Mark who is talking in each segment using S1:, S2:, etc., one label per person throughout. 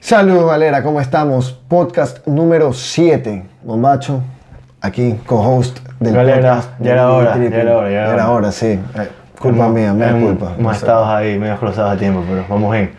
S1: Salud Valera, ¿cómo estamos? Podcast número 7. Bombacho, aquí, co-host del
S2: Valera,
S1: podcast.
S2: ya era hora,
S1: Triple.
S2: ya era hora, ya era hora.
S1: sí. Eh, Culpa
S2: Hemos-
S1: mía, mea
S2: hemos-
S1: culpa.
S2: Hemos estado ahí, medio cruzados de tiempo, pero vamos en.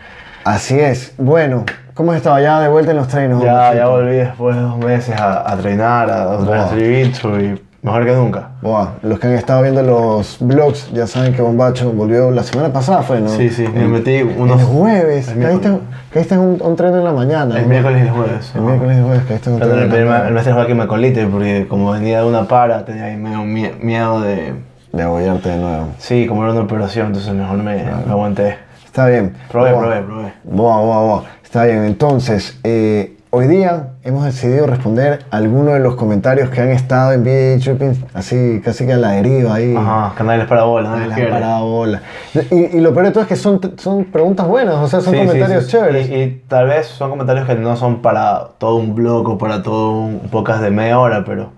S1: Así es. Bueno, ¿cómo has estado? Ya de vuelta en los trenes.
S2: Ya,
S1: bombachito.
S2: ya volví después de dos meses a, a entrenar, a otra vez
S1: Wow.
S2: a hacer intro y mejor que nunca.
S1: Buah, los que han estado viendo los vlogs ya saben que Bombacho volvió la semana pasada, ¿fue, no?
S2: Sí, sí, me metí unos.
S1: El jueves.
S2: el
S1: Caíste,
S2: miércoles.
S1: caíste en un, un tren en la mañana.
S2: El
S1: ¿no?
S2: miércoles y el jueves.
S1: El miércoles y el jueves caíste en un tren
S2: Tratando de
S1: en la
S2: pedirme
S1: mañana.
S2: al maestro Joaquín que me colite, porque como venía de una para, tenía ahí medio mie- miedo de.
S1: De abollarte de nuevo.
S2: Sí, como era una operación, entonces mejor me, me aguanté.
S1: Está bien.
S2: Probé,
S1: Buah.
S2: probé, probé.
S1: Buah, buah, buah. Está bien, entonces, eh, hoy día hemos decidido responder algunos de los comentarios que han estado en VH Tripping, así casi que a la deriva ahí.
S2: Ajá, que nadie les para bola,
S1: a
S2: nadie les
S1: la
S2: quiere.
S1: parábola. Y, y lo peor de todo es que son, son preguntas buenas, o sea, son
S2: Sí, sí,
S1: comentarios
S2: sí.
S1: chéveres.
S2: Y, y tal vez son comentarios que no son para todo un blog o para todo un podcast de media hora, pero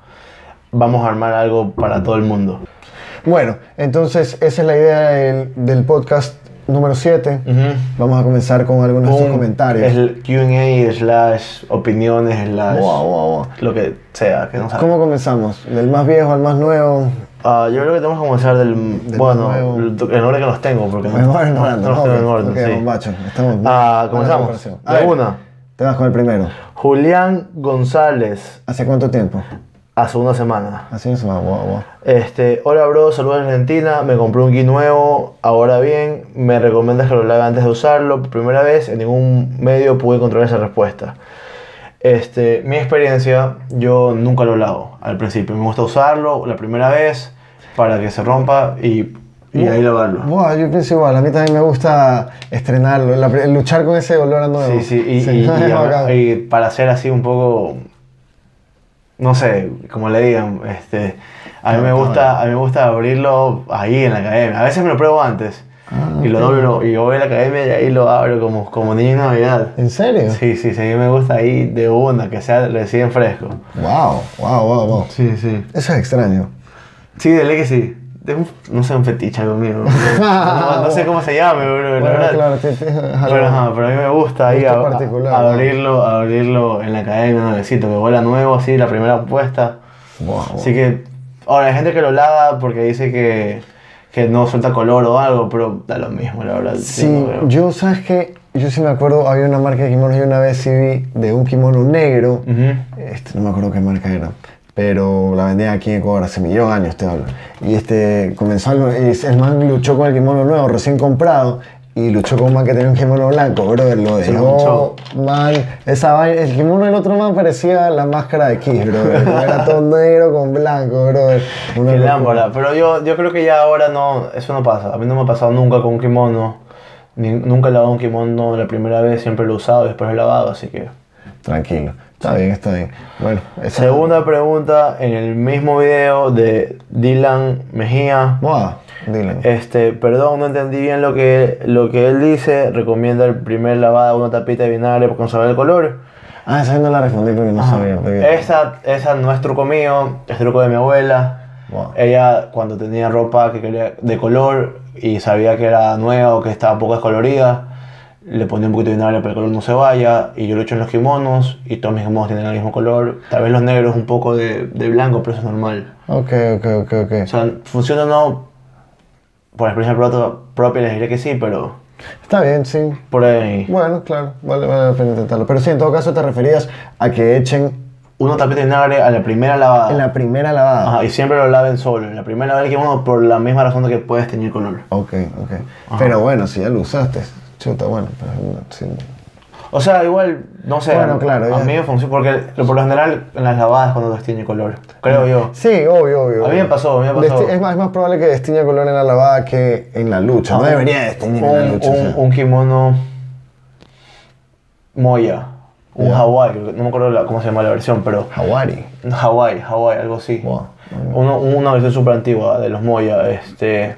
S2: vamos a armar algo para todo el mundo.
S1: Bueno, entonces esa es la idea del, del podcast número 7. Vamos a comenzar con algunos de
S2: Un
S1: estos comentarios.
S2: sl- QA, slash opiniones, slash
S1: Buah, buah, buah.
S2: lo que sea, que no sabe.
S1: ¿Cómo comenzamos? ¿Del más viejo al más nuevo?
S2: Ah, yo creo que tenemos que comenzar del. bueno,
S1: nuevo.
S2: el orden que los tengo, porque no,
S1: Mejor en
S2: no-
S1: random.
S2: no los tengo en
S1: Ok,
S2: orden.
S1: ok,
S2: sí.
S1: bombacho, estamos-
S2: Ah,
S1: Ahora
S2: comenzamos.
S1: preparación. A
S2: De
S1: ver.
S2: una.
S1: Te vas con el primero.
S2: Julián González,
S1: ¿Hace cuánto tiempo?
S2: hace una semana.
S1: Así es, guau, guau, guau.
S2: Este, hola bro, saludos en Argentina, me compré un kit nuevo, ahora bien, me recomiendas que lo lave antes de usarlo, por primera vez, en ningún medio pude encontrar esa respuesta. Este, mi experiencia, yo nunca lo lavo al principio, me gusta usarlo la primera vez para que se rompa y, y ahí lavarlo.
S1: Guau, yo pienso igual, a mí también me gusta estrenarlo, la pri- luchar con ese olor a nuevo.
S2: Sí, sí, y, y- y-
S1: es bacán.
S2: y para hacer así un poco, no sé, como le digan, este, a mí me gusta, a mí me gusta abrirlo ahí en la academia, a veces me lo pruebo antes.
S1: Ah,
S2: Y lo doblo y yo voy a la academia y ahí lo abro como, como niño en Navidad.
S1: ¿En serio?
S2: Sí, sí, sí, a mí me gusta ahí de una, que sea recién fresco.
S1: Wow, wow, wow, wow.
S2: Sí, sí.
S1: Eso es extraño.
S2: Sí, de ley que sí. Es un- no sé, un fetiche algo mío. No, no sé cómo se llame, pero la
S1: Bueno,
S2: verdad.
S1: claro, te- te-
S2: Pero, ajá, pero a mí me gusta ahí
S1: Gusto
S2: ab-
S1: Este particular,
S2: a-
S1: ¿no?
S2: abrirlo, abrirlo en la academia nuevecito, que vuela nuevo así, la primera puesta.
S1: Guau, guau.
S2: Así que, ahora hay gente que lo lava porque dice que, que no suelta color o algo, pero da lo mismo, la verdad.
S1: Sí,
S2: no creo.
S1: yo, ¿sabes que Yo sí me acuerdo, había una marca de kimonos, yo una vez sí vi de un kimono negro,
S2: Ujú.
S1: Este, no me acuerdo qué marca era, pero la vendía aquí en Ecuador hace millón de años, te hablo. Y este comenzó a, y el man luchó con el kimono nuevo, recién comprado, y luchó con un man que tenía un kimono blanco, brother, lo dejó, man, esa vaina, el kimono del otro man parecía la máscara de Kiss, brother, era todo negro con blanco, brother. Una
S2: Qué
S1: locura.
S2: lámpara, pero yo, yo creo que ya ahora no, eso no pasa. A mí no me ha pasado nunca con un kimono. Ni- nunca he lavado un kimono la primera vez, siempre lo he usado, después lo he lavado, así que...
S1: Tranquilo, está bien, está bien. Bueno, esa
S2: Segunda pregunta, en el mismo video de Dylan Mejía.
S1: Buah, dile.
S2: Este, perdón, no entendí bien lo que, lo que él dice. Recomienda el primer lavado una tapita de vinagre para conservar el color.
S1: Ah, esa no la respondí porque no sabía. porque-
S2: Esa, esa no es truco mío, es truco de mi abuela.
S1: Wow.
S2: Ella cuando tenía ropa que quería de color y sabía que era nueva o que estaba poco descolorida, le ponía un poquito de vinagre para que el color no se vaya y yo lo echo en los kimonos y todos mis kimonos tienen el mismo color. Tal vez los negros un poco de, de blanco, pero eso es normal.
S1: Ok, ok, ok, ok.
S2: O sea, funciona o no, por experiencia pro- propia les diré que sí, pero
S1: Está bien, sí.
S2: por ahí.
S1: Bueno, claro, vale, vale la pena intentarlo. Pero sí, en todo caso te referías a que echen
S2: Uno tapita de vinagre a la primera lavada.
S1: en la primera lavada.
S2: Ajá, y siempre lo laven solo. En la primera vez que uno, por la misma razón de que puedes tener color.
S1: Ok, ok. Pero bueno, si ya lo usaste, chuta, bueno, pero no, sí.
S2: O sea, igual, no sé.
S1: Bueno,
S2: a-
S1: claro,
S2: A
S1: ya.
S2: mí me funciona, porque lo- por lo general en las lavadas cuando los tiene color. Creo yo.
S1: Sí, obvio, obvio.
S2: A mí me
S1: obvio.
S2: pasó, a mí me pasó.
S1: Desti- es, más, es más probable que destiña color en la lavada que en la lucha. No debería destiñar en la
S2: Un,
S1: lucha. o
S2: un,
S1: sea.
S2: un kimono Moya. Un
S1: Ya.
S2: Hawái, creo que- no me acuerdo la- cómo se llama la versión, pero
S1: Hawari.
S2: Hawái, Hawái, algo así.
S1: Wow.
S2: Uno- una versión súper antigua de los Moya, este,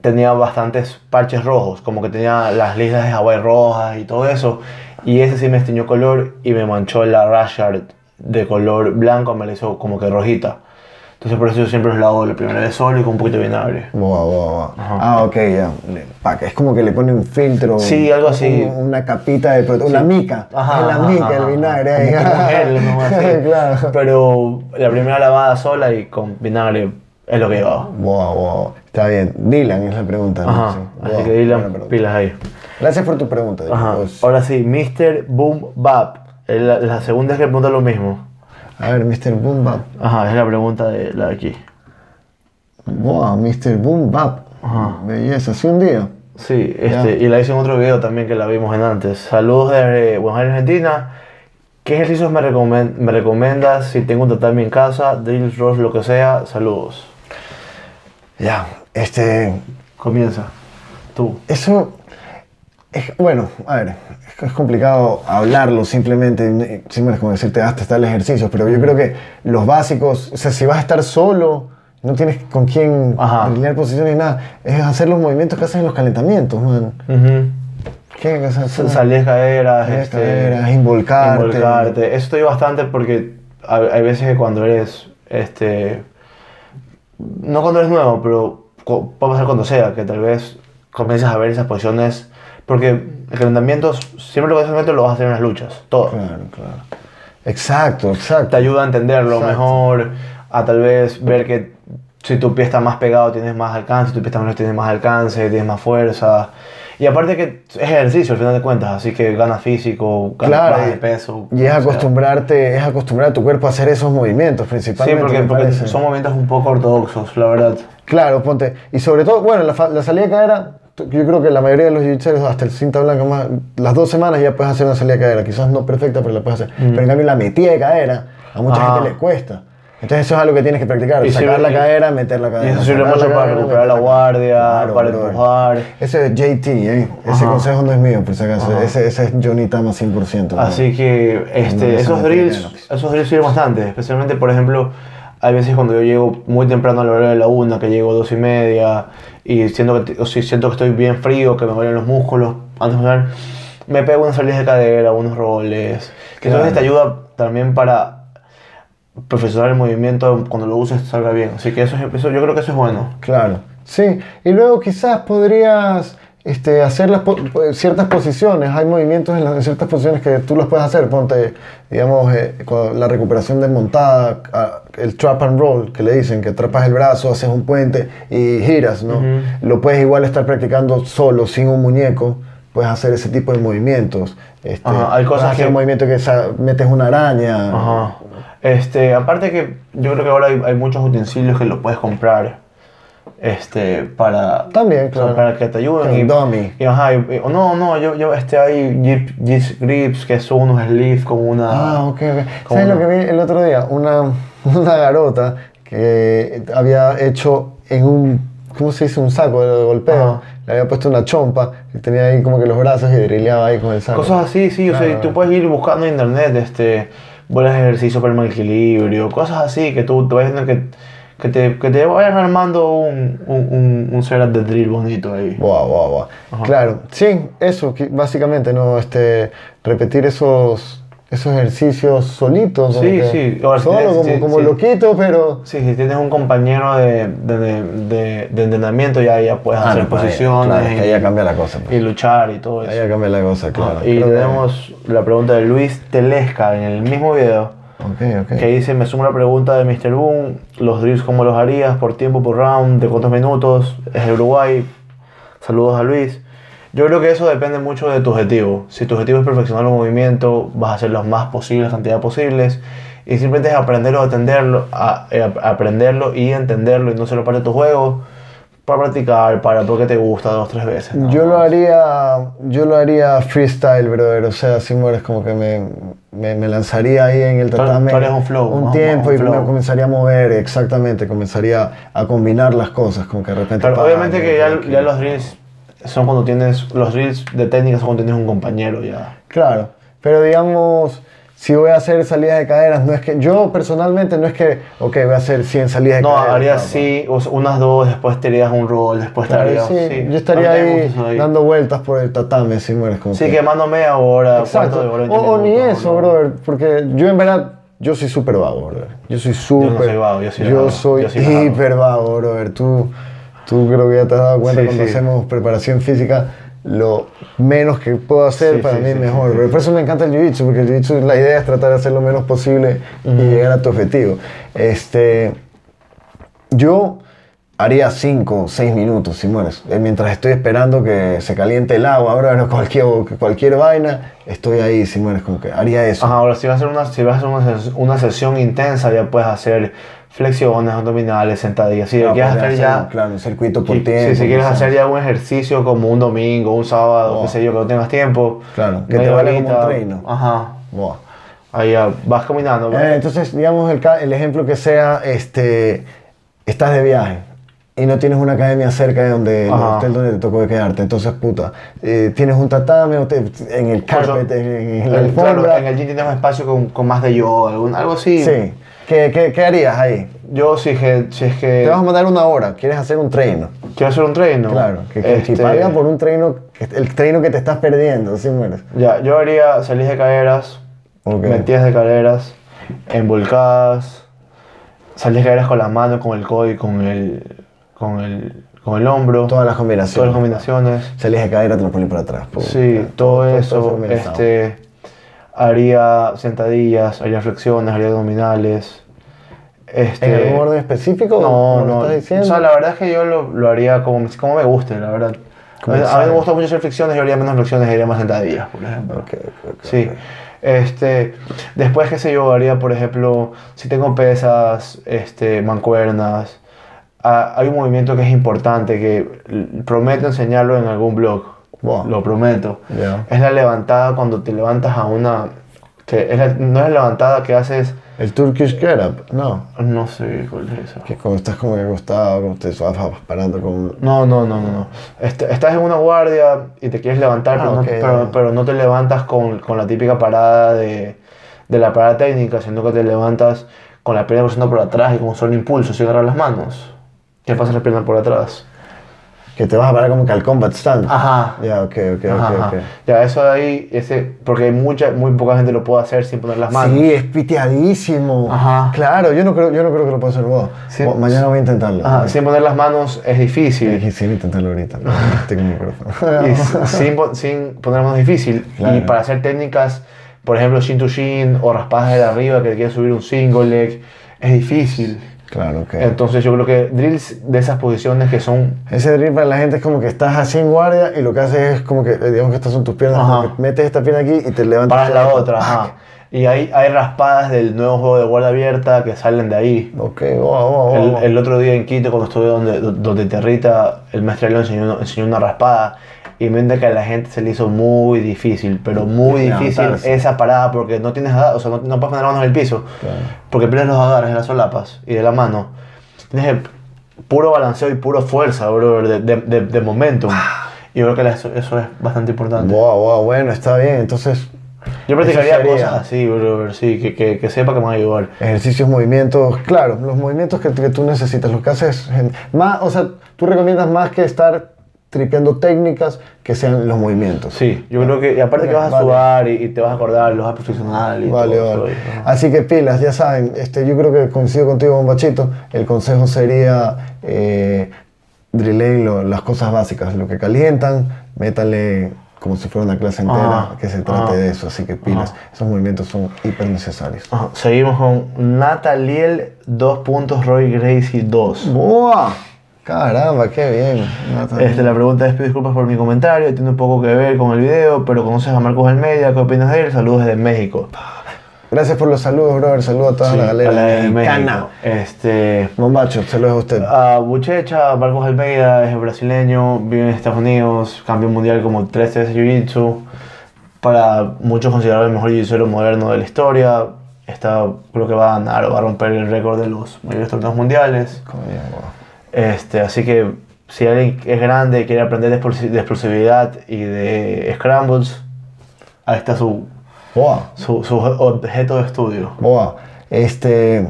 S2: tenía bastantes parches rojos, como que tenía las listas de Hawái rojas y todo eso. Y ese sí me estiñó color y me manchó la Rashard de color blanco, me la hizo como que rojita. Entonces por eso yo siempre los lavo la primera vez solo y con un poquito de vinagre.
S1: Buah, buah, buah. Ah, ok, ya. Le- pa, que es como que le pone un filtro.
S2: Sí, algo así.
S1: un- una capita de proteína. Una mica.
S2: Ajá,
S1: es la
S2: ajá,
S1: mica,
S2: ajá,
S1: el
S2: ajá.
S1: vinagre. ahí.
S2: Como- como gel, ¿no? Así.
S1: claro.
S2: Pero la primera lavada sola y con vinagre es lo que llevaba.
S1: Buah, buah. Está bien. Dylan es la pregunta. ¿no?
S2: Ajá.
S1: Sí.
S2: Así
S1: Buah,
S2: que Dylan,
S1: buena pregunta.
S2: pilas ahí.
S1: Gracias por tu pregunta. Dylan.
S2: Ajá.
S1: Vos-
S2: Ahora sí, Mr. Boom Bap. Es La, la segunda es que pregunta lo mismo.
S1: A ver, Mr. Boom Bap.
S2: Ajá, es la pregunta de la de aquí.
S1: Buah, Mr. Boom Bap. Belleza. Hace un día.
S2: Sí, este, y la hice en otro video también que la vimos en antes. Saludos desde Buenos Aires, Argentina. ¿Qué ejercicios me, recomen- me recomiendas si tengo un tatami en casa? Drill, rolls, lo que sea. Saludos.
S1: Ya. Este.
S2: Comienza. Tú.
S1: Eso. Es, bueno, a ver, es, es complicado hablarlo simplemente, siempre es como decirte, "Ah, hasta estar el ejercicio, pero yo creo que los básicos, o sea, si vas a estar solo, no tienes con quién
S2: Ajá.
S1: alinear posiciones ni nada, es hacer los movimientos que haces en los calentamientos, man. ¿Qué? O sea,
S2: S-
S1: son-
S2: Salías caderas,
S1: Salías
S2: este,
S1: caderas, involcarte.
S2: involcarte. Eso estoy bastante porque a- hay veces que cuando eres, este, no cuando eres nuevo, pero co- puede pasar cuando sea, que tal vez comienzas a ver esas posiciones, porque calentamientos, siempre lo que haces en el momento lo vas a hacer en las luchas, todo.
S1: Claro, claro. Exacto,
S2: Te
S1: exacto.
S2: ayuda a entenderlo
S1: Exacto.
S2: mejor, a tal vez ver que si tu pie está más pegado tienes más alcance, si tu pie está menos tienes más alcance, tienes más fuerza. Y aparte que es ejercicio al final de cuentas, así que ganas físico, ganas bajas de
S1: Claro,
S2: peso.
S1: y es
S2: o sea.
S1: acostumbrarte, es acostumbrar a tu cuerpo a hacer esos movimientos
S2: Sí,
S1: principalmente.
S2: porque,
S1: me
S2: porque
S1: parece.
S2: son momentos un poco ortodoxos, la verdad.
S1: Claro, ponte. Y sobre todo, bueno, la, fa- la salida de cadera, tú- yo creo que la mayoría de los jiu hasta el cinta blanca, más, las dos semanas ya puedes hacer una salida de cadera. Quizás no perfecta, pero la puedes hacer.
S2: Mm.
S1: Pero en cambio, la metida de cadera, a mucha
S2: Ajá.
S1: gente le cuesta. Entonces, eso es algo que tienes que practicar:
S2: Ah. Y
S1: sacar
S2: sirve-
S1: la cadera, meter la cadera.
S2: Y eso sirve
S1: sacar
S2: mucho para
S1: cadera,
S2: recuperar la
S1: meter
S2: guardia,
S1: Claro,
S2: para
S1: brother.
S2: empujar.
S1: Ese es JT, ¿eh? Ese
S2: Ajá.
S1: consejo no es mío, por si acaso. Ese, ese es Johnny Tama 100%. bro.
S2: Así que
S1: no,
S2: este,
S1: no
S2: esos,
S1: se me
S2: drills,
S1: pega, no.
S2: esos drills sirven bastante, especialmente por ejemplo, hay veces cuando yo llego muy temprano a la hora de la una, que llego a dos y media, y siento que, t- o si siento que estoy bien frío, que me duelen los músculos, antes de hablar, me pego unas salidas de cadera, unos roles, que
S1: Claro.
S2: entonces te ayuda también para perfeccionar el movimiento cuando lo uses salga bien, así que eso, es- eso yo creo que eso es bueno.
S1: Claro, sí. Y luego quizás podrías este, hacer las po- po- ciertas posiciones. Hay movimientos en, las- en ciertas posiciones que tú los puedes hacer. Ponte, digamos, eh, cuando- la recuperación desmontada, ah, el trap and roll, que le dicen, que atrapas el brazo, haces un puente y giras, ¿no? Lo puedes igual estar practicando solo, sin un muñeco. Puedes hacer ese tipo de movimientos. Este,
S2: Ajá, hay
S1: puedes
S2: cosas
S1: hacer
S2: que-
S1: un movimiento que sa- metes una araña.
S2: Ajá. Este, aparte que yo creo que ahora hay, hay muchos utensilios que lo puedes comprar. Este, para.
S1: También,
S2: o sea,
S1: claro.
S2: Para que te ayuden.
S1: Un
S2: y-
S1: dummy.
S2: y ajá, y- y- o no, no, yo, yo, este, hay grip- gis- grips que son unos sleeves como una.
S1: Ah, ok, ok.
S2: ¿Cómo
S1: ¿Sabes lo
S2: no?
S1: que vi el otro día? Una, una garota que había hecho en un, ¿cómo se dice? Un saco de golpeo.
S2: Ajá.
S1: Le había puesto una chompa y tenía ahí como que los brazos y drillaba ahí con el saco.
S2: Cosas así, sí, o sea,
S1: Claro.
S2: y tú puedes ir buscando en internet, este, buenos ejercicios para el mal equilibrio, cosas así que tú te vas viendo que, que te, que te vayas armando un, un, un, un setup de drill bonito ahí.
S1: Buah, buah, buah. Claro, sí, eso, que básicamente, ¿no? Este, repetir esos, esos ejercicios solitos. como
S2: Sí,
S1: que
S2: sí. Ahora, si
S1: solo,
S2: tienes-
S1: como,
S2: sí,
S1: como
S2: sí.
S1: loquito, pero...
S2: Sí, si tienes un compañero de, de, de, de- de entrenamiento, ya, ya puedes
S1: Ah,
S2: hacer posiciones y,
S1: cambia la cosa. pues.
S2: y luchar Ah, y todo
S1: Ahí
S2: eso.
S1: ya cambia la cosa, claro.
S2: y
S1: Creo que-
S2: tenemos la pregunta de Luis Telesca en el mismo video,
S1: Ok, ok.
S2: que dice, me sumo a la pregunta de Mr. Boom, los drills, ¿cómo los harías? ¿Por tiempo, por round? ¿De cuántos minutos? ¿Es de Uruguay? Saludos a Luis. Yo creo que eso depende mucho de tu objetivo. Si tu objetivo es perfeccionar un movimiento, vas a hacer los más posibles, cantidad posibles. Y simplemente es aprenderlo, atenderlo, a- eh, ap- aprenderlo y entenderlo y no ser parte de tu juego. Para practicar, para porque te gusta dos, tres veces. ¿no?
S1: Yo lo haría, yo lo haría freestyle, brother. O sea, si mueres como que me, me, me lanzaría ahí en el
S2: Tú- tú
S1: tatame.
S2: harías un flow,
S1: un
S2: ¿no?
S1: tiempo
S2: Un
S1: y
S2: flow.
S1: me comenzaría a mover, exactamente. Comenzaría a combinar las cosas, como que de repente.
S2: Claro,
S1: pa,
S2: obviamente
S1: y-
S2: que ya,
S1: y-
S2: ya los drills son cuando tienes, los drills de técnica son cuando tienes un compañero ya.
S1: Claro, pero digamos, si voy a hacer salidas de caderas, no es que. Yo personalmente no es que, ok, voy a hacer 100 salidas de
S2: No,
S1: caderas.
S2: harías
S1: papá.
S2: sí, o sea, unas dos, después te harías un roll, después te
S1: Claro,
S2: harías...
S1: sí,
S2: sí.
S1: Yo estaría
S2: A mí me
S1: ahí,
S2: gusta eso
S1: dando vueltas por el tatame, si mueres como
S2: Sí, quemándome ahora, cuarto de
S1: Exacto.
S2: hora,
S1: O,
S2: 20
S1: o ni
S2: minutos,
S1: eso,
S2: ¿no?
S1: brother, porque yo en verdad Yo soy súper vago, brother. Yo soy
S2: no
S1: súper.
S2: soy vago, yo soy vago,
S1: Yo soy
S2: yo soy vago.
S1: hiper vago, brother. Tú, tú creo que ya te has dado cuenta
S2: Sí,
S1: cuando
S2: sí.
S1: hacemos preparación física, lo menos que puedo hacer
S2: Sí,
S1: para
S2: sí,
S1: mí es
S2: sí,
S1: mejor,
S2: sí,
S1: brother. Por eso me encanta el jiu-jitsu, porque el jiu-jitsu la idea es tratar de hacer lo menos posible y llegar a tu objetivo. Este. Yo haría 5, 6 minutos si mueres. Eh, Mientras estoy esperando que se caliente el agua, ahora cualquier, cualquier vaina, estoy ahí si mueres, como que haría eso.
S2: Ajá, ahora si vas a hacer una, si vas a hacer una, ses- una sesión intensa, ya puedes hacer flexiones, abdominales, sentadillas. Si
S1: Claro,
S2: quieres
S1: podría
S2: hacer
S1: hacer,
S2: ya.
S1: Claro, un circuito por
S2: Si,
S1: tiempo.
S2: si quieres
S1: quizás.
S2: hacer ya un ejercicio como un domingo, un sábado,
S1: Oh.
S2: qué sé yo, que no tengas tiempo.
S1: Claro, que te
S2: media
S1: valga como
S2: horita,
S1: un reino.
S2: Ajá.
S1: Buah.
S2: Ahí ya, vas caminando. vas-
S1: Eh, entonces, digamos el, ca- el ejemplo que sea, este, estás de viaje y no tienes una academia cerca de donde el
S2: Ajá.
S1: hotel donde te tocó de quedarte. Entonces, puta, eh, tienes un tatame o te- en el carpet, en, en la
S2: Claro,
S1: alfombra.
S2: en el gym tienes un espacio con, con más de yo, algún- algo así.
S1: Sí. ¿Qué, qué, qué harías ahí?
S2: Yo si, es que- si es que
S1: Te vas a mandar una hora, quieres hacer un treino.
S2: quiero hacer un treino.
S1: Claro, que, que si
S2: este,
S1: pagas por un treino, que- el treino que te estás perdiendo, si mueres.
S2: Ya, yo haría salís de caderas,
S1: Ok.
S2: metidas de caderas, embolcadas, salís de caderas con las manos, con el codo y con el, con el, con el hombro,
S1: Todas las combinaciones.
S2: todas las combinaciones.
S1: Salís de cadera, te lo pones para atrás. pum.
S2: Sí, todo,
S1: todo
S2: eso.
S1: feminizado.
S2: este, haría sentadillas, haría flexiones, haría abdominales. Este,
S1: ¿En algún orden específico?
S2: No,
S1: como
S2: no.
S1: lo estás diciendo?
S2: O sea, la verdad es que yo lo, lo haría como, me- como me guste, la verdad. A
S1: Como
S2: mí,
S1: te
S2: a mí
S1: salga.
S2: me gusta mucho hacer flexiones, yo haría menos flexiones y haría más sentadillas, por ejemplo.
S1: Ok, ok, ok.
S2: Sí. Este, después, qué sé yo, haría, por ejemplo, si tengo pesas, este, mancuernas, ah, hay un movimiento que es importante, que l- prometo enseñarlo en algún blog.
S1: Wow.
S2: Lo prometo.
S1: Ya.
S2: Es la levantada cuando te levantas a una... Que es la- no es la levantada que haces...
S1: El Turkish get up, no.
S2: No sé cuál es esa.
S1: Que como estás como que acostado, como te vas parando como...
S2: No, no, no, no. no. Est- estás en una guardia y te quieres levantar,
S1: Ah,
S2: pero,
S1: ok,
S2: no,
S1: dale.
S2: pero, pero no te levantas con, con la típica parada de, de la parada técnica, sino que te levantas con la pierna cruzando por atrás y con un solo impulso, si agarras las manos. Te pasas la pierna por atrás.
S1: Que te vas a parar como que al combat stand.
S2: Ajá.
S1: Ya, ok, ok,
S2: Ajá,
S1: ok,
S2: ajá.
S1: ok.
S2: Ya, eso de ahí, ese, porque hay mucha, muy poca gente lo puede hacer sin poner las manos.
S1: Sí, es piteadísimo.
S2: Ajá.
S1: Claro, yo no creo, yo no creo que lo pueda hacer vos.
S2: Sí.
S1: Vos, Mañana voy a intentarlo.
S2: Ajá, sin poner las manos es difícil.
S1: Dije, sí, voy a intentarlo ahorita. pero Tengo un micrófono.
S2: y s- sin, po- sin poner más difícil. Y
S1: Claro.
S2: para hacer técnicas, por ejemplo, shin to shin o raspadas de arriba que te quieres subir un single leg, es difícil.
S1: Claro, ok.
S2: Entonces yo creo que drills de esas posiciones que son...
S1: Ese drill para la gente es como que estás así en guardia y lo que haces es como que, eh, digamos que estas son tus piernas,
S2: Ajá.
S1: como que metes esta pierna aquí y te levantas.
S2: Paras la otra, ajá. Y hay, hay raspadas del nuevo juego de guardia abierta que salen de ahí.
S1: Ok, wow, wow, wow.
S2: El, el otro día en Quito, cuando estuve donde, donde Territa, el maestro León enseñó, enseñó una raspada. Y me di cuenta que a la gente se le hizo muy difícil, pero muy difícil
S1: Levantarse.
S2: esa parada porque no tienes agar- o sea, no, no puedes poner las manos en el piso.
S1: Claro.
S2: Porque pierdes los agarres de las solapas y de la mano. Tienes el puro balanceo y puro fuerza, bro, de, de, de- de momentum. Yo creo que la- eso, eso es bastante importante.
S1: Wow, wow, bueno, está bien. Entonces,
S2: Yo
S1: Eso
S2: practicaría
S1: sería.
S2: cosas así, bro, sí, que, que, que sepa que me va a ayudar.
S1: ejercicios, movimientos, claro, los movimientos que, que tú necesitas, lo que haces, en- más, o sea, tú recomiendas más que estar tripeando técnicas que sean los movimientos.
S2: Sí, yo creo que, y aparte que
S1: Ok,
S2: vas a
S1: vale.
S2: sudar y, y te vas a acordar, los vas a perfeccionar y
S1: Vale,
S2: todo
S1: vale.
S2: eso, y- ajá.
S1: Así que pilas, ya saben, este, yo creo que coincido contigo, Bombachito. El consejo sería eh, drillen lo- las cosas básicas, lo que calientan, métale como si fuera una clase entera
S2: Ajá,
S1: que se trate
S2: ajá.
S1: de eso. Así que pilas,
S2: Ah.
S1: esos movimientos son hiper necesarios.
S2: Ajá, Seguimos con Nataliel 2 puntos, Roy Gracie 2.
S1: ¡Buah! Caramba, qué bien. Nata.
S2: Este, la pregunta es, pido disculpas por mi comentario, tiene un poco que ver con el video, pero conoces a Marcos Almeida, ¿qué opinas de él? Saludos desde México.
S1: Gracias por los saludos, brother. Saludos a toda
S2: Sí,
S1: la galera.
S2: a la de
S1: mexicana.
S2: México. Ah. Este,
S1: Bombacho, saludos a usted.
S2: a Buchecha, Marcos Almeida es brasileño, vive en Estados Unidos, campeón mundial como tres veces de Jiu-Jitsu, para muchos considerado el mejor jiu moderno de la historia. Está, creo que va a ganar o va a romper el récord de los mayores torneos mundiales.
S1: Coño, wow.
S2: Este, así que si alguien es grande y quiere aprender de explosi- de explosividad y de scrambles, ahí está su,
S1: Wow.
S2: su, su objeto de estudio.
S1: Boa, este,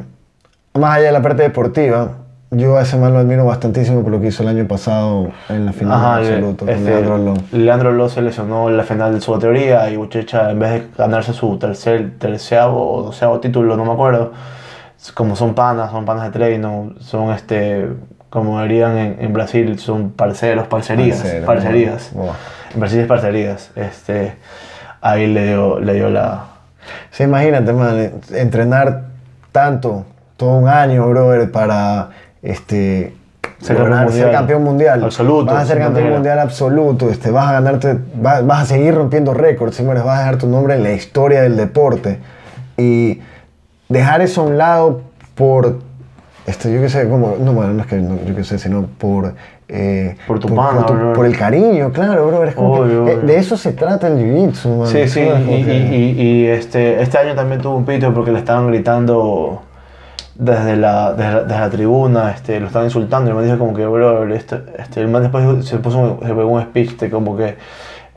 S1: más allá de la parte deportiva, Yo a ese man lo admiro bastantísimo por lo que hizo el año pasado en la final
S2: Ajá,
S1: de
S2: le-
S1: absoluto con
S2: este,
S1: Leandro Alonso.
S2: Leandro Alonso se lesionó en la final de su categoría y Buchecha, en vez de ganarse su tercer, terceavo o doceavo título, no me acuerdo, como son panas, son panas de treino, son este, como dirían en, en Brasil, son parceros, parcerías,
S1: Parcero,
S2: parcerías.
S1: ¿no? Buah.
S2: En Brasil es parcerías. Este, ahí le dio, le dio la...
S1: Sí, imagínate, man, entrenar tanto, todo un año, brother, para este,
S2: Ser campeón
S1: lograr ser
S2: mundial.
S1: campeón mundial.
S2: Absoluto,
S1: Vas a ser
S2: de
S1: campeón
S2: manera.
S1: mundial absoluto, este, vas a ganarte, va- vas, a seguir rompiendo récords, señores, vas a dejar tu nombre en la historia del deporte. Y dejar eso a un lado por, este, yo qué sé, como, no, bueno, no es que no, yo qué sé, sino por... eh,
S2: Por tu pana, brother.
S1: por el cariño, claro, brother. es como que-
S2: Obvio,
S1: eh,
S2: obvio.
S1: De eso se trata el jiu-jitsu, man.
S2: Sí, sí, y,
S1: Es como que-
S2: y- y- y, este, este año también tuvo un pito porque le estaban gritando desde la, desde la, desde la tribuna, este, lo estaban insultando, y el man dijo como que, bro, este, este, el man después se puso un, se pegó un speech de como que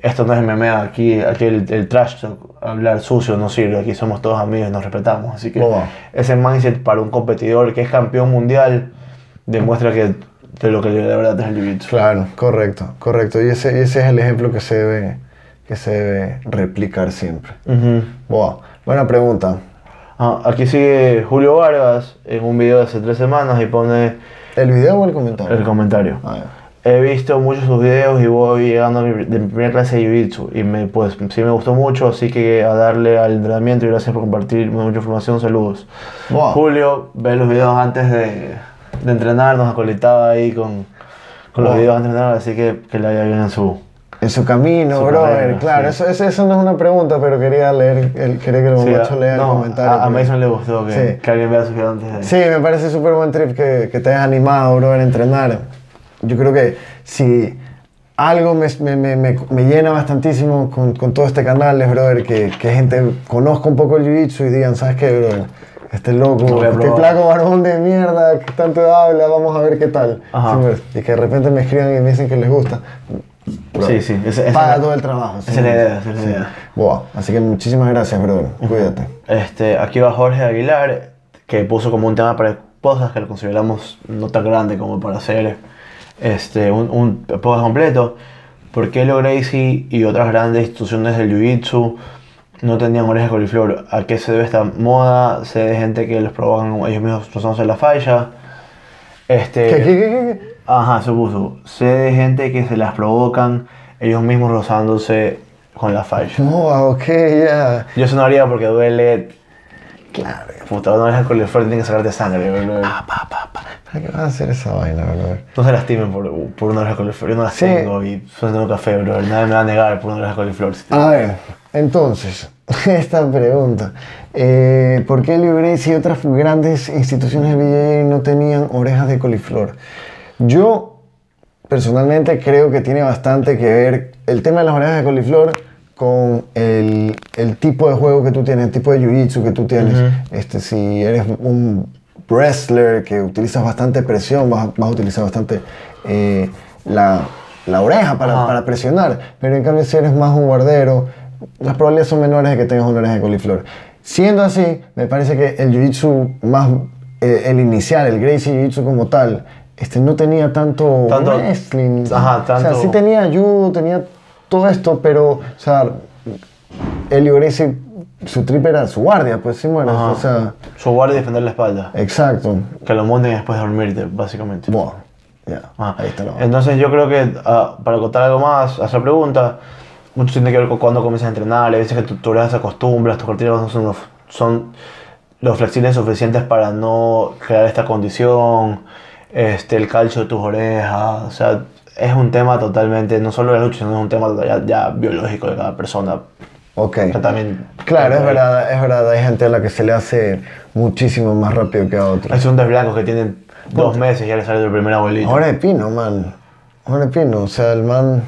S2: esto no es MMA, aquí, aquí el, el trash talk, hablar sucio no sirve, aquí somos todos amigos, nos respetamos, así que
S1: Boba.
S2: ese mindset para un competidor que es campeón mundial demuestra que de lo que de verdad es el jiu-jitsu.
S1: Claro, correcto, correcto. Y ese, y ese es el ejemplo que se debe, que se debe replicar siempre.
S2: Ujú.
S1: Wow, buena pregunta.
S2: Ah, aquí sigue Julio Vargas en un video de hace tres semanas y pone
S1: ¿El video o el comentario?
S2: el comentario.
S1: Ah, ya.
S2: He visto muchos de sus videos y voy llegando a mi, de mi primera clase de Jiu-Jitsu y me, pues sí me gustó mucho, así que a darle al entrenamiento y gracias por compartir mucha información, saludos.
S1: Wow.
S2: Julio, ve los videos antes de, de entrenar, nos acolitaba ahí con, con los
S1: Wow.
S2: videos antes de entrenar, así que que le vaya bien en su...
S1: En su camino,
S2: Su
S1: brother,
S2: carrera,
S1: claro.
S2: sí.
S1: Eso, eso, eso no es una pregunta, pero quería leer, el, quería que el
S2: Sí,
S1: bombacho
S2: a-
S1: lea
S2: no,
S1: el comentario.
S2: a, a
S1: porque-
S2: Mason le gustó que,
S1: Sí.
S2: que alguien vea sus videos antes de...
S1: Sí, me parece súper buen trip que, que te hayas animado, brother, a entrenar. Yo creo que si algo me, me- me- me- me llena bastantísimo con, con todo este canal es, brother, que, que gente conozca un poco el jiu-jitsu y digan, ¿sabes qué, brother? Este
S2: Lo
S1: loco,
S2: voy a
S1: este
S2: probar".
S1: flaco varón de mierda que tanto habla, vamos a ver qué tal.
S2: Ajá.
S1: Sí, brother. y que de repente me escriban y me dicen que les gusta. Brother,
S2: Sí, sí, ese- ese-
S1: paga todo el trabajo.
S2: esa es la idea, esa es la
S1: Sí.
S2: idea.
S1: Buah, así que muchísimas gracias, brother. Cuídate.
S2: Este, aquí va Jorge Aguilar, que puso como un tema para el podcast que lo consideramos no tan grande como para hacer este, un, un podcast completo. ¿Por qué Lo Gracie y otras grandes instituciones del Jiu-Jitsu no tenían orejas de coliflor? ¿A qué se debe esta moda? ¿Se de gente que los provocan ellos mismos rozándose la falla? Este,
S1: ¿Qué, qué, qué, qué?
S2: Ajá, supuso. Sé de gente que se las provocan ellos mismos rozándose con la falla.
S1: Buah, ah, ok, ya.
S2: Yo eso no haría porque duele.
S1: Claro.
S2: Puta, no dejas con el tienen que sacarte sangre, boludo.
S1: ¿Para qué vas a hacer esa vaina, brother?
S2: No se lastimen por, por una oreja de coliflor. Yo no las
S1: Sí.
S2: tengo y solo tengo café, bro. Nadie me va a negar por una oreja de coliflor.
S1: A ver, entonces, esta pregunta. Eh, ¿Por qué Leo Grace y otras grandes instituciones de BJJ no tenían orejas de coliflor? Yo, personalmente, creo que tiene bastante que ver el tema de las orejas de coliflor con el, el tipo de juego que tú tienes, el tipo de jiu-jitsu que tú tienes. este, si eres un wrestler que utilizas bastante presión, vas, a- vas a utilizar bastante eh, la, la oreja para,
S2: Ajá.
S1: para presionar. Pero en cambio, si eres más un guardero, las probabilidades son menores de que tengas una oreja de coliflor. Siendo así, me parece que el jiu-jitsu más, eh, el inicial, el Gracie jiu-jitsu como tal, este no tenía tanto,
S2: Tanto-
S1: wrestling.
S2: ajá,
S1: O sea,
S2: tanto-
S1: sí tenía judo, tenía todo esto, pero, o sea, Elio Gracie, su trip era su guardia, pues sí, bueno,
S2: Ajá.
S1: o sea,
S2: Su guardia y defender la espalda.
S1: exacto.
S2: Que lo monten y después de dormirte, básicamente.
S1: Bueno, ya,
S2: Ajá.
S1: Ah, ahí está la vaina.
S2: Entonces yo creo que ah, para contar algo más a esa pregunta, mucho tiene que ver con cuando comienzas a entrenar, hay veces que tu, tu oreja se acostumbras, tus cartílagos no son, lo- son los flexibles suficientes para no crear esta condición, este, el calcio de tus orejas, o sea, es un tema totalmente, no solo de la lucha, sino es un tema ya, ya biológico de cada persona.
S1: Ok.
S2: Que también,
S1: Claro, es verdad, es verdad, hay gente a la que se le hace muchísimo más rápido que a
S2: Hay
S1: otros.
S2: segundos blancos que tienen dos meses y ya les sale el primer abuelito.
S1: Ahora de Pino, man. Ahora de Pino, o sea, el man...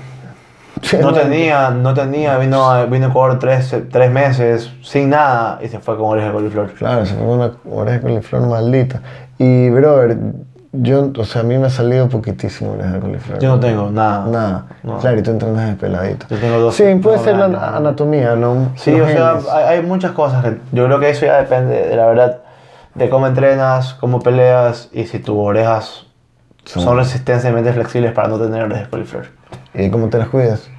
S2: No tenía, no tenía, vino a, vino a Ecuador tres, tres meses sin nada y se fue con oreja de coliflor.
S1: Claro, se fue con una oreja de coliflor maldita. Y, brother, yo, o sea, a mí me ha salido poquitísimo oreja de coliflor.
S2: Yo no tengo nada.
S1: Nada.
S2: No.
S1: Claro, y tú entrenas de peladito.
S2: Yo tengo dos-
S1: Sí, puede
S2: no,
S1: ser la
S2: nada, nada.
S1: anatomía, ¿no?
S2: Sí,
S1: Los
S2: o sea, ah.
S1: genes.
S2: hay, hay muchas cosas que yo creo que eso ya depende de la verdad de cómo entrenas, cómo peleas y si tus orejas son, resistencialmente flexibles para no tener orejas de coliflor.
S1: ¿Y cómo te las cuidas?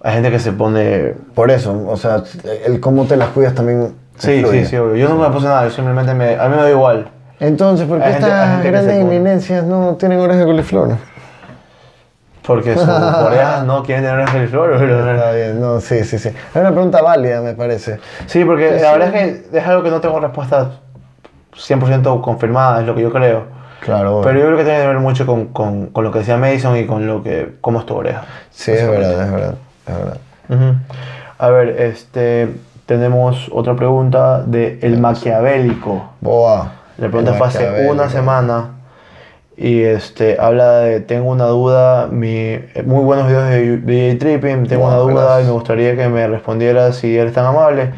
S2: Hay gente que se pone...
S1: Por eso, o sea, el cómo te las cuidas también.
S2: Sí,
S1: influye.
S2: sí, sí, obvio. Yo nunca me puse nada, yo simplemente me... A mí me da igual.
S1: Entonces, ¿por qué
S2: Hay gente- hay
S1: estas
S2: gente que se
S1: grandes
S2: pone-
S1: eminencias no tienen orejas de coliflor?
S2: Porque sus orejas no quieren tener orejas de coliflor.
S1: Está
S2: bro.
S1: bien, no, sí, sí, sí. Es una pregunta válida, me parece.
S2: Sí, porque
S1: Sí,
S2: la
S1: sí.
S2: verdad es que es algo que no tengo respuesta 100% confirmada, es lo que yo creo.
S1: Claro,
S2: Pero yo creo que tiene que ver mucho con, con- con lo que decía Mason y con lo que, cómo es tu oreja.
S1: sí, es verdad, es verdad, es verdad.
S2: Ujú. A ver, este, tenemos otra pregunta de El Maquiavélico.
S1: Boa.
S2: La pregunta
S1: el
S2: fue hace
S1: maquiavélico.
S2: una semana y este, habla de, tengo una duda, mi, muy buenos videos de DJ Tripping, tengo una
S1: Bueno,
S2: duda
S1: gracias.
S2: y me gustaría que me respondiera si eres tan amable.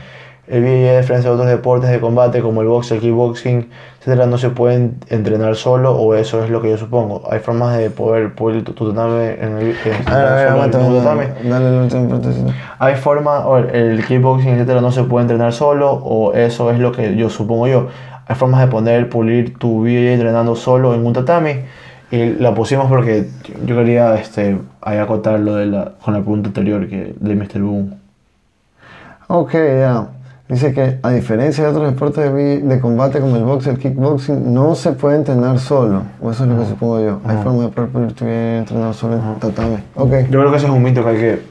S2: El BJJ, a diferencia de otros deportes de combate como el box, el kickboxing, etcétera, no se pueden entrenar solo o eso es lo que yo supongo. Hay formas de poder pulir tu, tu tatame en el, en-
S1: A ver, a ver,
S2: solo en
S1: aguanta,
S2: tu
S1: aguanta,
S2: tatame.
S1: Dale la última pregunta.
S2: Hay forma, a ver, el kickboxing, etcétera, no se puede entrenar solo, o eso es lo que yo supongo yo. Hay formas de poner, pulir tu vida entrenando solo en un tatami. Y la pusimos porque yo quería este, ahí acotar lo de la, con la pregunta anterior que, de Mr. Boom.
S1: Ok, ya. Dice que a diferencia de otros deportes de, vi- de combate como el box, el kickboxing, no se puede entrenar solo. O eso es lo que supongo yo. Hay forma de poder pulir tu vida y entrenar solo en tatame. Ok.
S2: Yo creo que ese es un mito que hay que.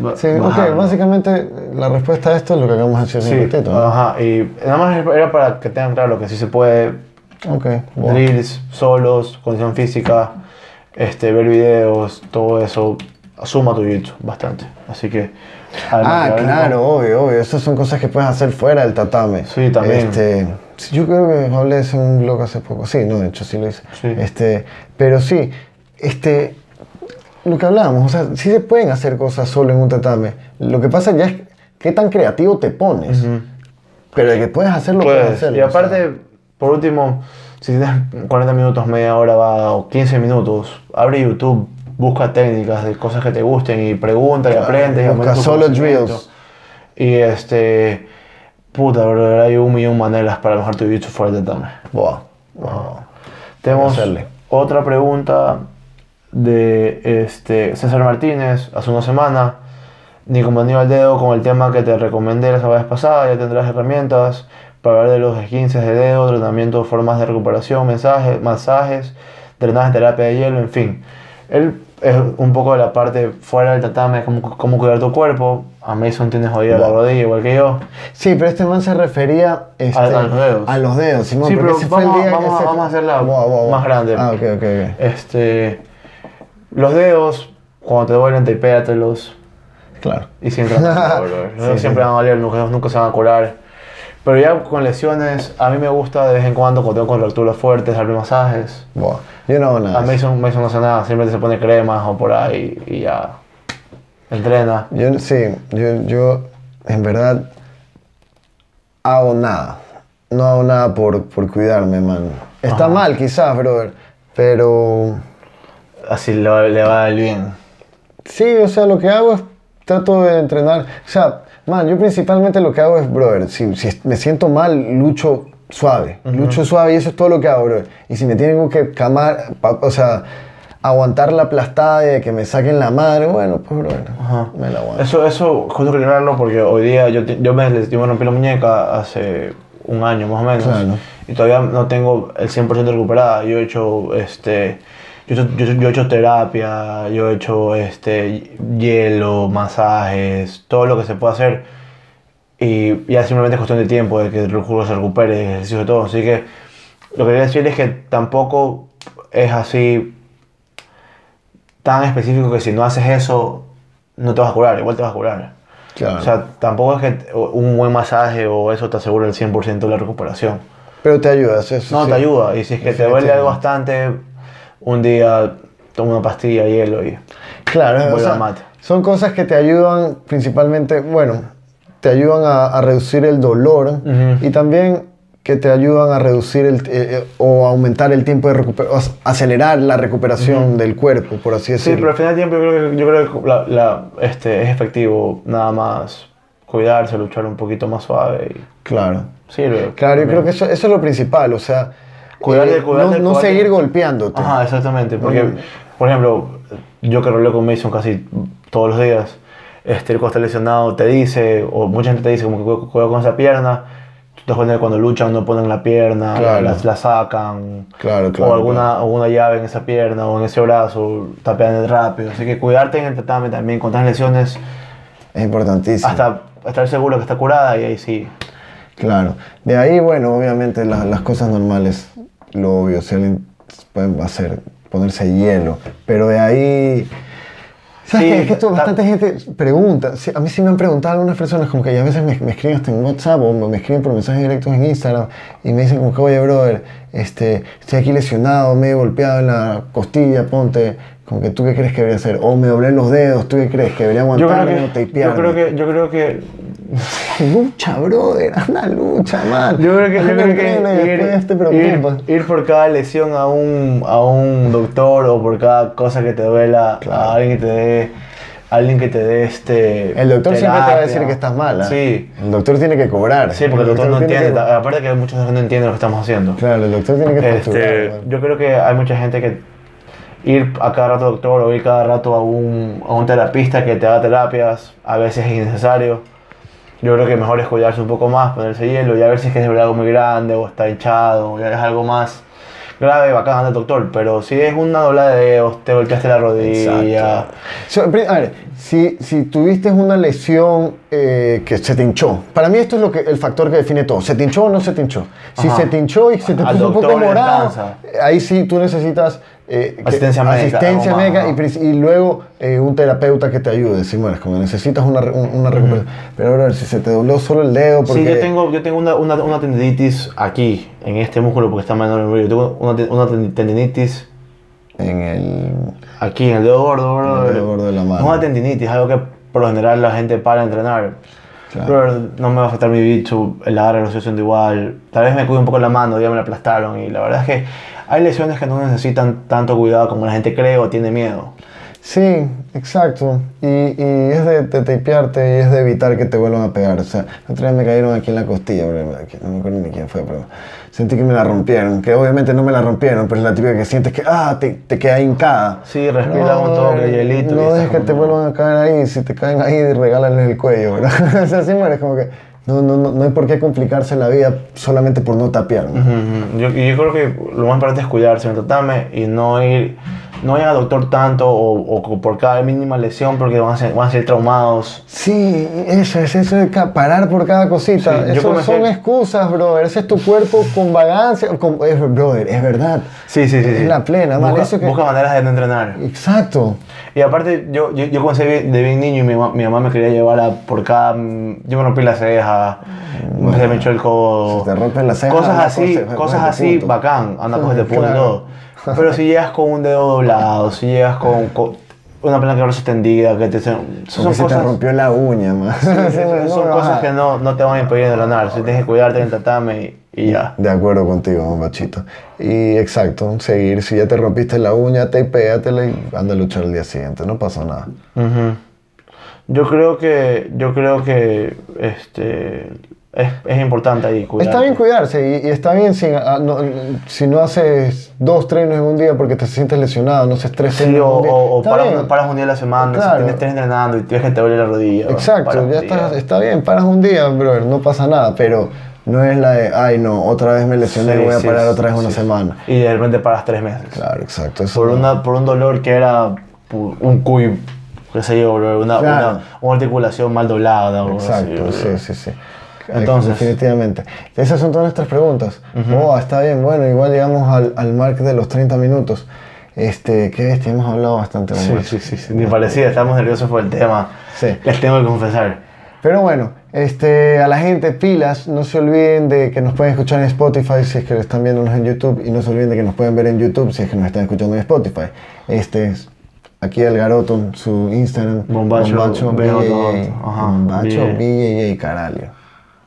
S2: ba-
S1: Sí, ok,
S2: bajarlo.
S1: básicamente la respuesta a esto es lo que acabamos de hacer hace
S2: Sí,
S1: un ratito. ¿no?
S2: ajá, y nada más era para que tengan claro que sí se puede
S1: Ok, bueno.
S2: drills, solos, condición física, este, ver videos, todo eso suma tu YouTube bastante. Así que.
S1: Ah,
S2: además de-
S1: claro, obvio, obvio. Esas son cosas que puedes hacer fuera del tatame.
S2: Sí, también.
S1: Este, sí, yo creo que hablé de eso en un blog hace poco. Sí, no, de hecho sí lo hice.
S2: Sí.
S1: Este, pero sí, este, lo que hablábamos, o sea, sí se pueden hacer cosas solo en un tatame. Lo que pasa ya es qué tan creativo te pones. Pero de que puedes hacerlo, puedes,
S2: Puedes.
S1: hacerlo.
S2: Y
S1: o sea.
S2: aparte, por último, si tienes 40 minutos, media hora va, o 15 minutos, abre YouTube, busca técnicas de cosas que te gusten y pregunta y aprendes. y
S1: busca
S2: aumentas tu
S1: solo
S2: conocimiento.
S1: drills.
S2: Y este. Puta, bro, hay un millón de maneras para mejorar tu YouTube fuera del tatame.
S1: Buah.
S2: Tenemos
S1: Hacerle.
S2: otra pregunta de este, César Martínez hace una semana. Nico Manuel al dedo con el tema que te recomendé la semana pasada. Ya tendrás herramientas para hablar de los esguinces de dedo, tratamiento, formas de recuperación, mensajes, masajes, drenaje, terapia de hielo, en fin. Él es un poco de la parte fuera del tatame, cómo, cómo cuidar tu cuerpo. A Mason tienes jodida la
S1: Wow.
S2: rodilla, igual que yo.
S1: Sí, pero este man se refería este,
S2: A- a los dedos.
S1: A los dedos, Simón,
S2: Sí,
S1: porque
S2: pero
S1: ese fue el
S2: vamos-
S1: día que
S2: vamos-
S1: se-
S2: vamos a hacerla
S1: Buah, buah, buah.
S2: más grande.
S1: Ah, ok, ok, ok.
S2: Este, los dedos, cuando te duelen, tapéatelos.
S1: Claro.
S2: Y siempre van a doler, bro. Los dedos siempre van a doler, los dedos nunca se van a curar. Pero ya con lesiones, a mí me gusta de vez en cuando, cuando tengo contracturas fuertes, darle masajes.
S1: Buah, yo no hago
S2: A
S1: nada. de eso.
S2: Mason, Mason no hace nada, siempre se pone cremas o por ahí y ya. Entrena.
S1: Yo sí, yo, yo en verdad hago nada. No hago nada por, por cuidarme, man. Está mal quizás, brother, pero
S2: Así le va, le va a dar bien.
S1: sí, o sea, lo que hago es trato de entrenar. O sea, man, yo principalmente lo que hago es, brother, si, si me siento mal, lucho suave. Lucho suave y eso es todo lo que hago, brother. Y si me tengo que camar, pa- o sea, aguantar la aplastada y de que me saquen la madre, bueno, pues, brother,
S2: Ajá.
S1: me la aguanto.
S2: Eso, eso, justo quería hablarlo porque hoy día yo, te- yo, me, les- yo me rompí la muñeca hace un año más o menos.
S1: Claro.
S2: Y todavía no tengo el 100% recuperada. Yo he hecho, este, yo, he hecho- yo, he hecho- yo he hecho terapia, yo he hecho este, hielo, masajes, todo lo que se puede hacer. Y ya simplemente es cuestión de tiempo, de que el juego se recupere, ejercicio y todo. Así que lo que quería decir es que tampoco es así tan específico que si no haces eso, no te vas a curar, igual te vas a curar.
S1: Claro.
S2: O sea, tampoco es que t- un buen masaje o eso te asegura el 100% de la recuperación.
S1: Pero te ayudas, eso
S2: No,
S1: sí.
S2: te ayuda. Y si es que te duele algo bastante, un día toma una pastilla, hielo y...
S1: Claro, o
S2: Vuelve
S1: sea,
S2: al mate.
S1: son cosas que te ayudan principalmente, bueno, te ayudan a, a reducir el dolor
S2: Ujú.
S1: y también que te ayudan a reducir el, eh, eh, o aumentar el tiempo de recuperación, acelerar la recuperación del cuerpo, por así
S2: Sí,
S1: decirlo.
S2: pero al final del tiempo yo creo que, yo creo que la- la- este, es efectivo nada más cuidarse, luchar un poquito más suave y
S1: Claro.
S2: sirve.
S1: Claro, yo
S2: también.
S1: creo que eso, eso es lo principal, o sea,
S2: Cuidar de-
S1: eh,
S2: cuidar
S1: no,
S2: de
S1: no
S2: cuidar de-
S1: seguir golpeándote.
S2: Ajá, exactamente. Porque,
S1: Mm.
S2: por ejemplo, yo que roleo con Mason casi todos los días, este, el costa lesionado te dice, o mucha gente te dice, como que "Cu- cuidado con esa pierna. Tú te das cuenta que cuando luchan no ponen la pierna,
S1: Claro.
S2: la, la sacan.
S1: Claro, claro,
S2: O alguna, alguna llave en esa pierna o en ese brazo, tapean rápido. Así que cuidarte en el tatame también con tantas lesiones,
S1: Es importantísimo.
S2: hasta estar seguro que está curada y ahí sí.
S1: Claro. De ahí, bueno, obviamente la- las cosas normales, lo obvio, si alguien puede hacer, ponerse hielo. Pero de ahí. ¿Sabes
S2: Sí,
S1: qué? Es que esto
S2: ta-
S1: bastante gente pregunta. Sí, a mí sí me han preguntado algunas personas, como que a veces me, me escriben hasta en WhatsApp o me escriben por mensajes directos en Instagram y me dicen, como que, oye, brother, este, estoy aquí lesionado, medio golpeado en la costilla, ponte. Como que tú qué crees que debería hacer. O me doblé los dedos, tú qué crees que debería
S2: Yo creo
S1: aguantar, no
S2: que, yo
S1: tapearme?
S2: creo que, yo creo que
S1: Lucha, brother, anda, lucha, man.
S2: Yo creo que, yo
S1: Anda,
S2: creo que
S1: entrena y después este te preocupas.
S2: ir, ir por cada lesión a un, a un doctor o por cada cosa que te duela, a alguien que te dé, a alguien que te dé este.
S1: El doctor siempre te va a
S2: terapia.
S1: decir que estás mala.
S2: Sí,
S1: El doctor tiene que cobrar.
S2: sí, porque el doctor no
S1: tiene
S2: entiende.
S1: que-
S2: ta- Aparte que muchas veces no entiende lo que estamos haciendo.
S1: Claro, el doctor tiene que
S2: Este,
S1: facturar. man.
S2: yo creo que hay mucha gente que ir a cada rato al doctor o ir cada rato a un, a un terapista que te haga terapias, a veces es innecesario. Yo creo que mejor es cuidarse un poco más, ponerse hielo y a ver si es que es de verdad algo muy grande o está hinchado o ya es algo más grave, bacán, anda al doctor. Pero si es una doblada de dedos, te golpeaste la rodilla.
S1: Exacto. So, pri- a ver, si, si tuviste una lesión eh, que se te hinchó, para mí esto es lo que, el factor que define todo, ¿se te hinchó o no se te hinchó? Si
S2: Ajá.
S1: se te hinchó y se te
S2: Al
S1: puso un poco
S2: doctor le
S1: morado,
S2: alcanza.
S1: eh, ahí sí tú necesitas eh, que-
S2: Asistencia médica,
S1: asistencia
S2: algo más,
S1: médica y,
S2: ajá.
S1: prin- y luego eh, un terapeuta que te ayude, si mueres, como necesitas una, re- un- una recuperación. Pero ahora, si se te dobló solo el dedo, porque...
S2: Sí, yo tengo, yo tengo una, una, una tendinitis aquí, en este músculo, porque está mal en el medio. Yo tengo una, ten- una ten- tendinitis
S1: En el...
S2: Aquí, en el dedo gordo, bro.
S1: En el dedo gordo de la mano.
S2: No es una tendinitis, es algo que por lo general la gente para entrenar.
S1: Claro.
S2: Pero no me va a afectar mi bicho, el agarre lo estoy haciendo igual. Tal vez me cuide un poco la mano, ya me la aplastaron. Y la verdad es que hay lesiones que no necesitan tanto cuidado como la gente cree o tiene miedo.
S1: Sí, exacto. Y, y es de, de tapearte y es de evitar que te vuelvan a pegar. O sea, la otra vez me cayeron aquí en la costilla, bro, me- que no me acuerdo ni quién fue, pero sentí que me la rompieron. Que obviamente no me la rompieron, pero es la típica que sientes que ah, te, te queda hincada.
S2: Sí, respira un toque, hielito. y
S1: No
S2: estás
S1: dejes que
S2: como-
S1: te vuelvan a caer ahí. Si te caen ahí, regálales el cuello, bro. o sea, sí, mueres como que no, no, no, no hay por qué complicarse la vida solamente por no tapear. ¿no?
S2: Ujú. Yo, yo creo que lo más importante es cuidarse en el tatame y no ir, no ir al doctor tanto o, o por cada mínima lesión porque van a ser, van a ser traumados.
S1: Sí, eso es eso de ca- parar por cada cosita.
S2: Sí, yo
S1: Eso
S2: comencé-
S1: son excusas, brother. Ese es tu cuerpo con vagancia. con- es- brother, es verdad.
S2: Sí, sí, sí.
S1: Es
S2: sí.
S1: la plena, man,
S2: Busca-
S1: eso que-
S2: busca maneras de no entrenar.
S1: Exacto.
S2: Y aparte, yo, yo, yo comencé bien- de bien niño y mi, ma- mi mamá me quería llevar a por cada. mm, Yo me rompí la ceja, se me echó el codo.
S1: Se te rompen las cejas,
S2: Cosas
S1: anda,
S2: así,
S1: cógete-
S2: cosas
S1: cógete
S2: así,
S1: punto.
S2: bacán, anda cógete punto y
S1: Claro.
S2: todo. Pero si llegas con un dedo doblado, si llegas con, con una plana que ahora extendida, que te. Son,
S1: Porque
S2: son
S1: se te
S2: cosas.
S1: rompió la uña, man.
S2: Son, son
S1: No,
S2: cosas
S1: ajá.
S2: que no, no te van a impedir de entrenar. Si tienes que cuidarte en el tatame y, y ya.
S1: De acuerdo contigo, machito. Y exacto, seguir. Si ya te rompiste la uña, tapéatela y anda a luchar el día siguiente. No pasa nada.
S2: Ujú. Yo creo que. Yo creo que. Este. Es, es importante ahí cuidarte.
S1: Está bien cuidarse y, y está bien si ah, no, si no haces dos trenes en un día porque te sientes lesionado, no haces tres
S2: Sí,
S1: trenes en
S2: o,
S1: un día.
S2: o- o
S1: Está
S2: paras,
S1: bien.
S2: un- paras un día a la semana,
S1: Claro.
S2: si tienes, estás entrenando y tienes que te duele la rodilla. paras
S1: Exacto,
S2: un
S1: ya
S2: día.
S1: estás, este, está bien, paras un día, brother, no pasa nada, pero no es la de, ay no, otra vez me lesioné
S2: Sí,
S1: y voy a
S2: sí,
S1: parar
S2: sí,
S1: otra vez una
S2: sí.
S1: semana.
S2: Y de repente paras tres meses.
S1: Claro, exacto, eso
S2: Por,
S1: no.
S2: una, por un dolor que era pu- un cuy, qué sé yo, bro, una,
S1: Claro.
S2: una, una articulación mal doblada. bro,
S1: Exacto,
S2: así, bro.
S1: sí, sí, sí.
S2: Entonces-
S1: Definitivamente. Esas son todas nuestras preguntas. Oh, está bien, bueno, igual llegamos al, al mark de los 30 minutos. Este, qué bestia, hemos hablado bastante.
S2: Sí,
S1: hombre.
S2: sí, sí, sí, Ni parecía, estamos nerviosos por el tema.
S1: Sí.
S2: Les tengo que confesar.
S1: Pero bueno, este, a la gente, pilas, no se olviden de que nos pueden escuchar en Spotify si es que lo están viéndonos en YouTube y no se olviden de que nos pueden ver en YouTube si es que nos están escuchando en Spotify. Este es aquí el garoto, su Instagram.
S2: Bombacho
S1: BJJ.
S2: BJJ, ajá,
S1: Bombacho
S2: BJJ.
S1: BJJ, caralho.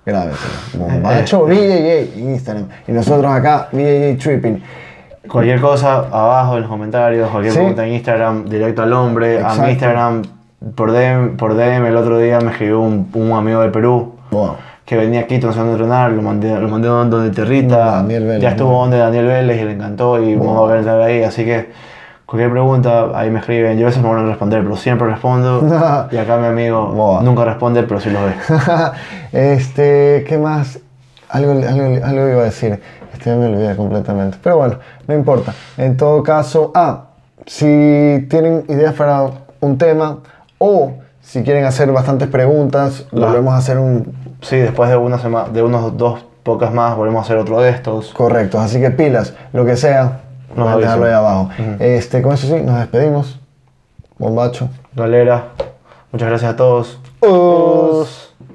S1: Grábenselo. Bombacho BJJ, Instagram. Y nosotros acá, BJJ Tripping.
S2: Cualquier cosa abajo en los comentarios, cualquier
S1: Sí.
S2: pregunta en Instagram, directo al hombre, a
S1: Exacto.
S2: mi Instagram, Por DM, por DM el otro día me escribió un, un amigo de Perú
S1: Wow.
S2: que venía a Quito no sé dónde entrenar, lo mandé, lo mandé donde Territa,
S1: Daniel Vélez,
S2: ya estuvo
S1: ¿no?
S2: donde Daniel Vélez y le encantó y vamos a volver a entrar ahí, así que cualquier pregunta ahí me escriben, yo a veces me van a responder, pero siempre respondo y acá mi amigo
S1: Wow.
S2: nunca responde, pero sí lo ve.
S1: este, ¿qué más? Algo, algo, algo iba a decir. Este me olvidé completamente. Pero bueno, no importa. En todo caso, ah, si tienen ideas para un tema o si quieren hacer bastantes preguntas,
S2: La-
S1: volvemos a hacer un
S2: Sí, después de una semana, de unos dos pocas más volvemos a hacer otro de estos.
S1: correcto. Así que pilas, lo que sea,
S2: Nos
S1: pueden dejarlo ahí
S2: avisan.
S1: abajo. Este, con eso sí, nos despedimos. Bombacho.
S2: Galera, muchas gracias a todos.
S1: Us.